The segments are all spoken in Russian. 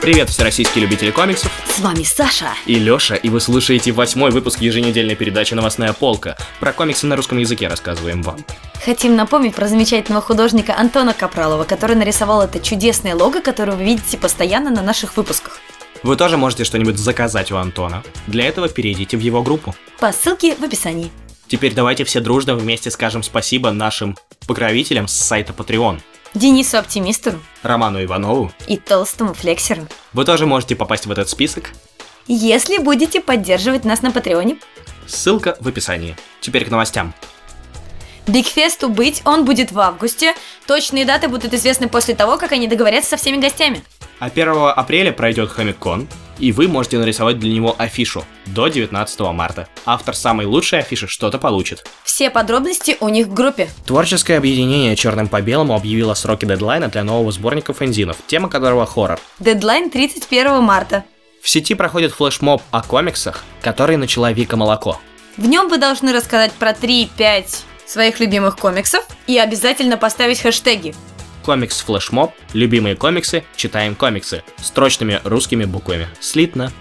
Привет, всероссийские любители комиксов. С вами Саша. И Лёша, и вы слушаете восьмой выпуск еженедельной передачи «Новостная полка». Про комиксы на русском языке рассказываем вам. Хотим напомнить про замечательного художника Антона Капралова, который нарисовал это чудесное лого, которое вы видите постоянно на наших выпусках. Вы тоже можете что-нибудь заказать у Антона. Для этого перейдите в его группу. По ссылке в описании. Теперь давайте все дружно вместе скажем спасибо нашим покровителям с сайта Patreon. Денису Оптимисту Роману Иванову. и Толстому Флексеру. Вы тоже можете попасть в этот список. Если будете поддерживать нас на Патреоне, Ссылка в описании. Теперь к новостям. Бигфесту быть, он будет в августе. Точные даты будут известны после того, как они договорятся со всеми гостями. А 1 апреля пройдет Хомикон, и вы можете нарисовать для него афишу до 19 марта. Автор самой лучшей афиши что-то получит. Все подробности у них в группе. Творческое объединение «Черным по белому» объявило сроки дедлайна для нового сборника фэнзинов, тема которого хоррор. Дедлайн 31 марта. В сети проходит флешмоб о комиксах, который начала Вика Молоко. В нем вы должны рассказать про 3-5 своих любимых комиксов и обязательно поставить хэштеги. Комикс-флешмоб, любимые комиксы, читаем комиксы. Строчными русскими буквами. Слитно.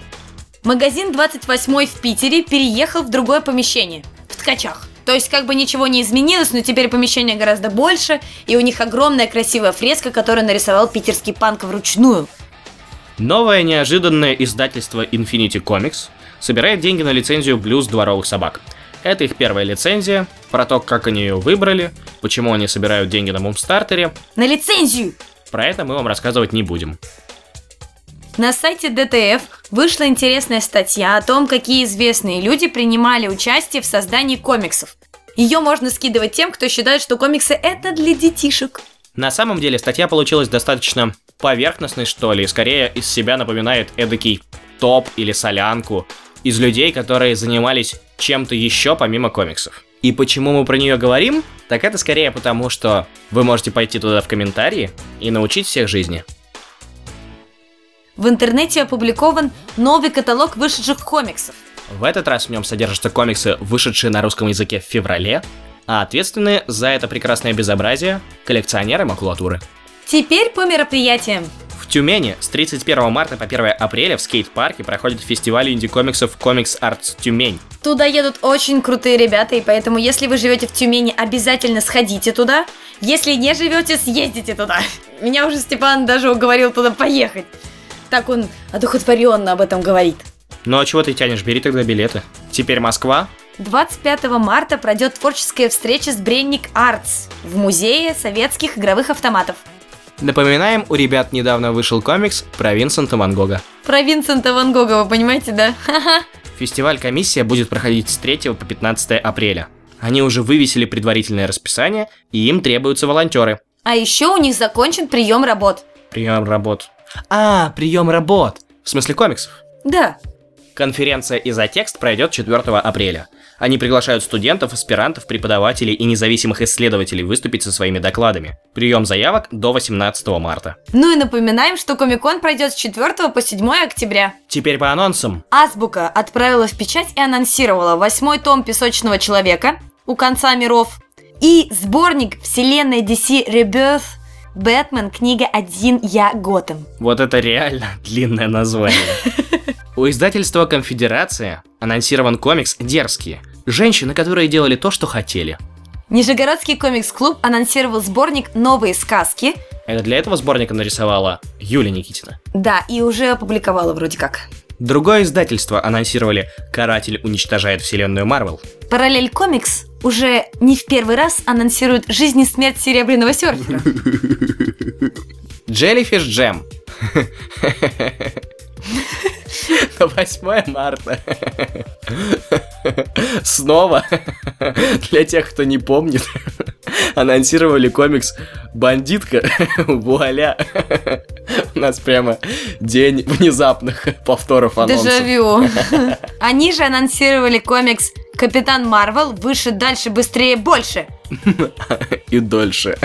Магазин 28 в Питере переехал в другое помещение, в Ткачах. То есть как бы ничего не изменилось, но теперь помещение гораздо больше, и у них огромная красивая фреска, которую нарисовал питерский панк вручную. Новое неожиданное издательство Infinity Comics собирает деньги на лицензию блюз дворовых собак. Это их первая лицензия, про то, как они ее выбрали, почему они собирают деньги на бумстартере, На лицензию! про это мы вам рассказывать не будем. На сайте ДТФ вышла интересная статья о том, какие известные люди принимали участие в создании комиксов. Ее можно скидывать тем, кто считает, что комиксы это для детишек. На самом деле статья получилась достаточно поверхностной, что ли, и скорее из себя напоминает эдакий топ или солянку из людей, которые занимались чем-то еще помимо комиксов. И почему мы про нее говорим? Так это скорее потому, что вы можете пойти туда в комментарии и научить всех жизни. В интернете опубликован новый каталог вышедших комиксов. В этот раз в нем содержатся комиксы, вышедшие на русском языке в феврале, а ответственные за это прекрасное безобразие – коллекционеры макулатуры. Теперь по мероприятиям. В Тюмени с 31 марта по 1 апреля в скейт-парке проходит фестиваль инди-комиксов Comics Arts Тюмень. Туда едут очень крутые ребята, и поэтому, если вы живете в Тюмени, обязательно сходите туда. Если не живете, съездите туда. Меня уже Степан даже уговорил туда поехать. Так он одухотворенно об этом говорит. Ну а чего ты тянешь? Бери тогда билеты. Теперь Москва. 25 марта пройдет творческая встреча с Бренник Артс в музее советских игровых автоматов. Напоминаем, у ребят недавно вышел комикс про Винсента Ван Гога. Про Винсента Ван Гога вы понимаете, да? Ха-ха. Фестиваль «Комиссия» будет проходить с 3 по 15 апреля. Они уже вывесили предварительное расписание, и им требуются волонтеры. А еще у них закончен прием работ. Прием работ. А, прием работ. В смысле комиксов? Да, Конференция «Изотекст» пройдет 4 апреля. Они приглашают студентов, аспирантов, преподавателей и независимых исследователей выступить со своими докладами. Прием заявок до 18 марта. Ну и напоминаем, что Комикон пройдет с 4 по 7 октября. Теперь по анонсам. Азбука отправила в печать и анонсировала восьмой том «Песочного человека» у конца миров и сборник вселенной DC Rebirth «Бэтмен. Книга 1. Я Готэм». Вот это реально длинное название. У издательства «Конфедерация» анонсирован комикс «Дерзкие». Женщины, которые делали то, что хотели. Нижегородский комикс-клуб анонсировал сборник «Новые сказки». Это для этого сборника нарисовала Юлия Никитина. Да, и уже опубликовала вроде как. Другое издательство анонсировали «Каратель уничтожает вселенную Марвел». Параллель комикс уже не в первый раз анонсирует жизнь и смерть серебряного серфера. Jellyfish Jam. На 8 марта. Снова, для тех, кто не помнит, анонсировали комикс «Бандитка». Вуаля. У нас прямо день внезапных повторов анонсов. Дежавю. Они же анонсировали комикс «Капитан Марвел. Выше, дальше, быстрее, больше». И дольше.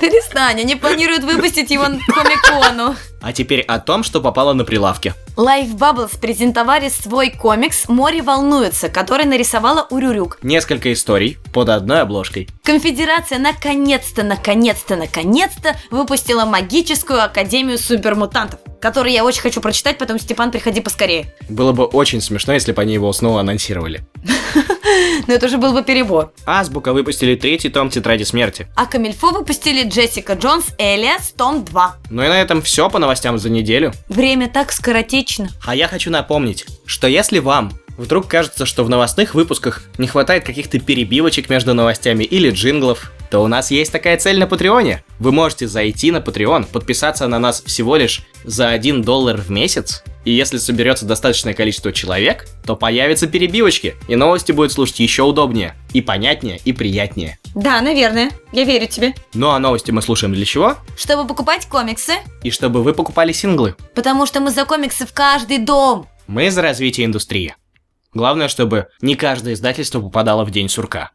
Перестань, они планируют выпустить его на комикону. А теперь о том, что попало на прилавки. Life Bubbles презентовали свой комикс «Море волнуется», который нарисовала Урюрюк. Несколько историй под одной обложкой. Конфедерация наконец-то, наконец-то, наконец-то выпустила магическую академию супермутантов, которую я очень хочу прочитать, потом Степан, приходи поскорее. Было бы очень смешно, если бы они его снова анонсировали. Но это уже был бы перебор. Азбука выпустили третий том Тетради Смерти. А Камильфо выпустили Джессика Джонс Элиас Том 2. Ну и на этом все по новостям за неделю. Время так скоротечно. А я хочу напомнить, что если вам вдруг кажется, что в новостных выпусках не хватает каких-то перебивочек между новостями или джинглов, то у нас есть такая цель на Патреоне. Вы можете зайти на Patreon, подписаться на нас всего лишь за 1 доллар в месяц, и если соберется достаточное количество человек, то появятся перебивочки, и новости будет слушать еще удобнее, и понятнее, и приятнее. Да, наверное. Я верю тебе. Ну а новости мы слушаем для чего? Чтобы покупать комиксы, И чтобы вы покупали синглы. потому что мы за комиксы в каждый дом. Мы за развитие индустрии. Главное, чтобы не каждое издательство попадало в день сурка.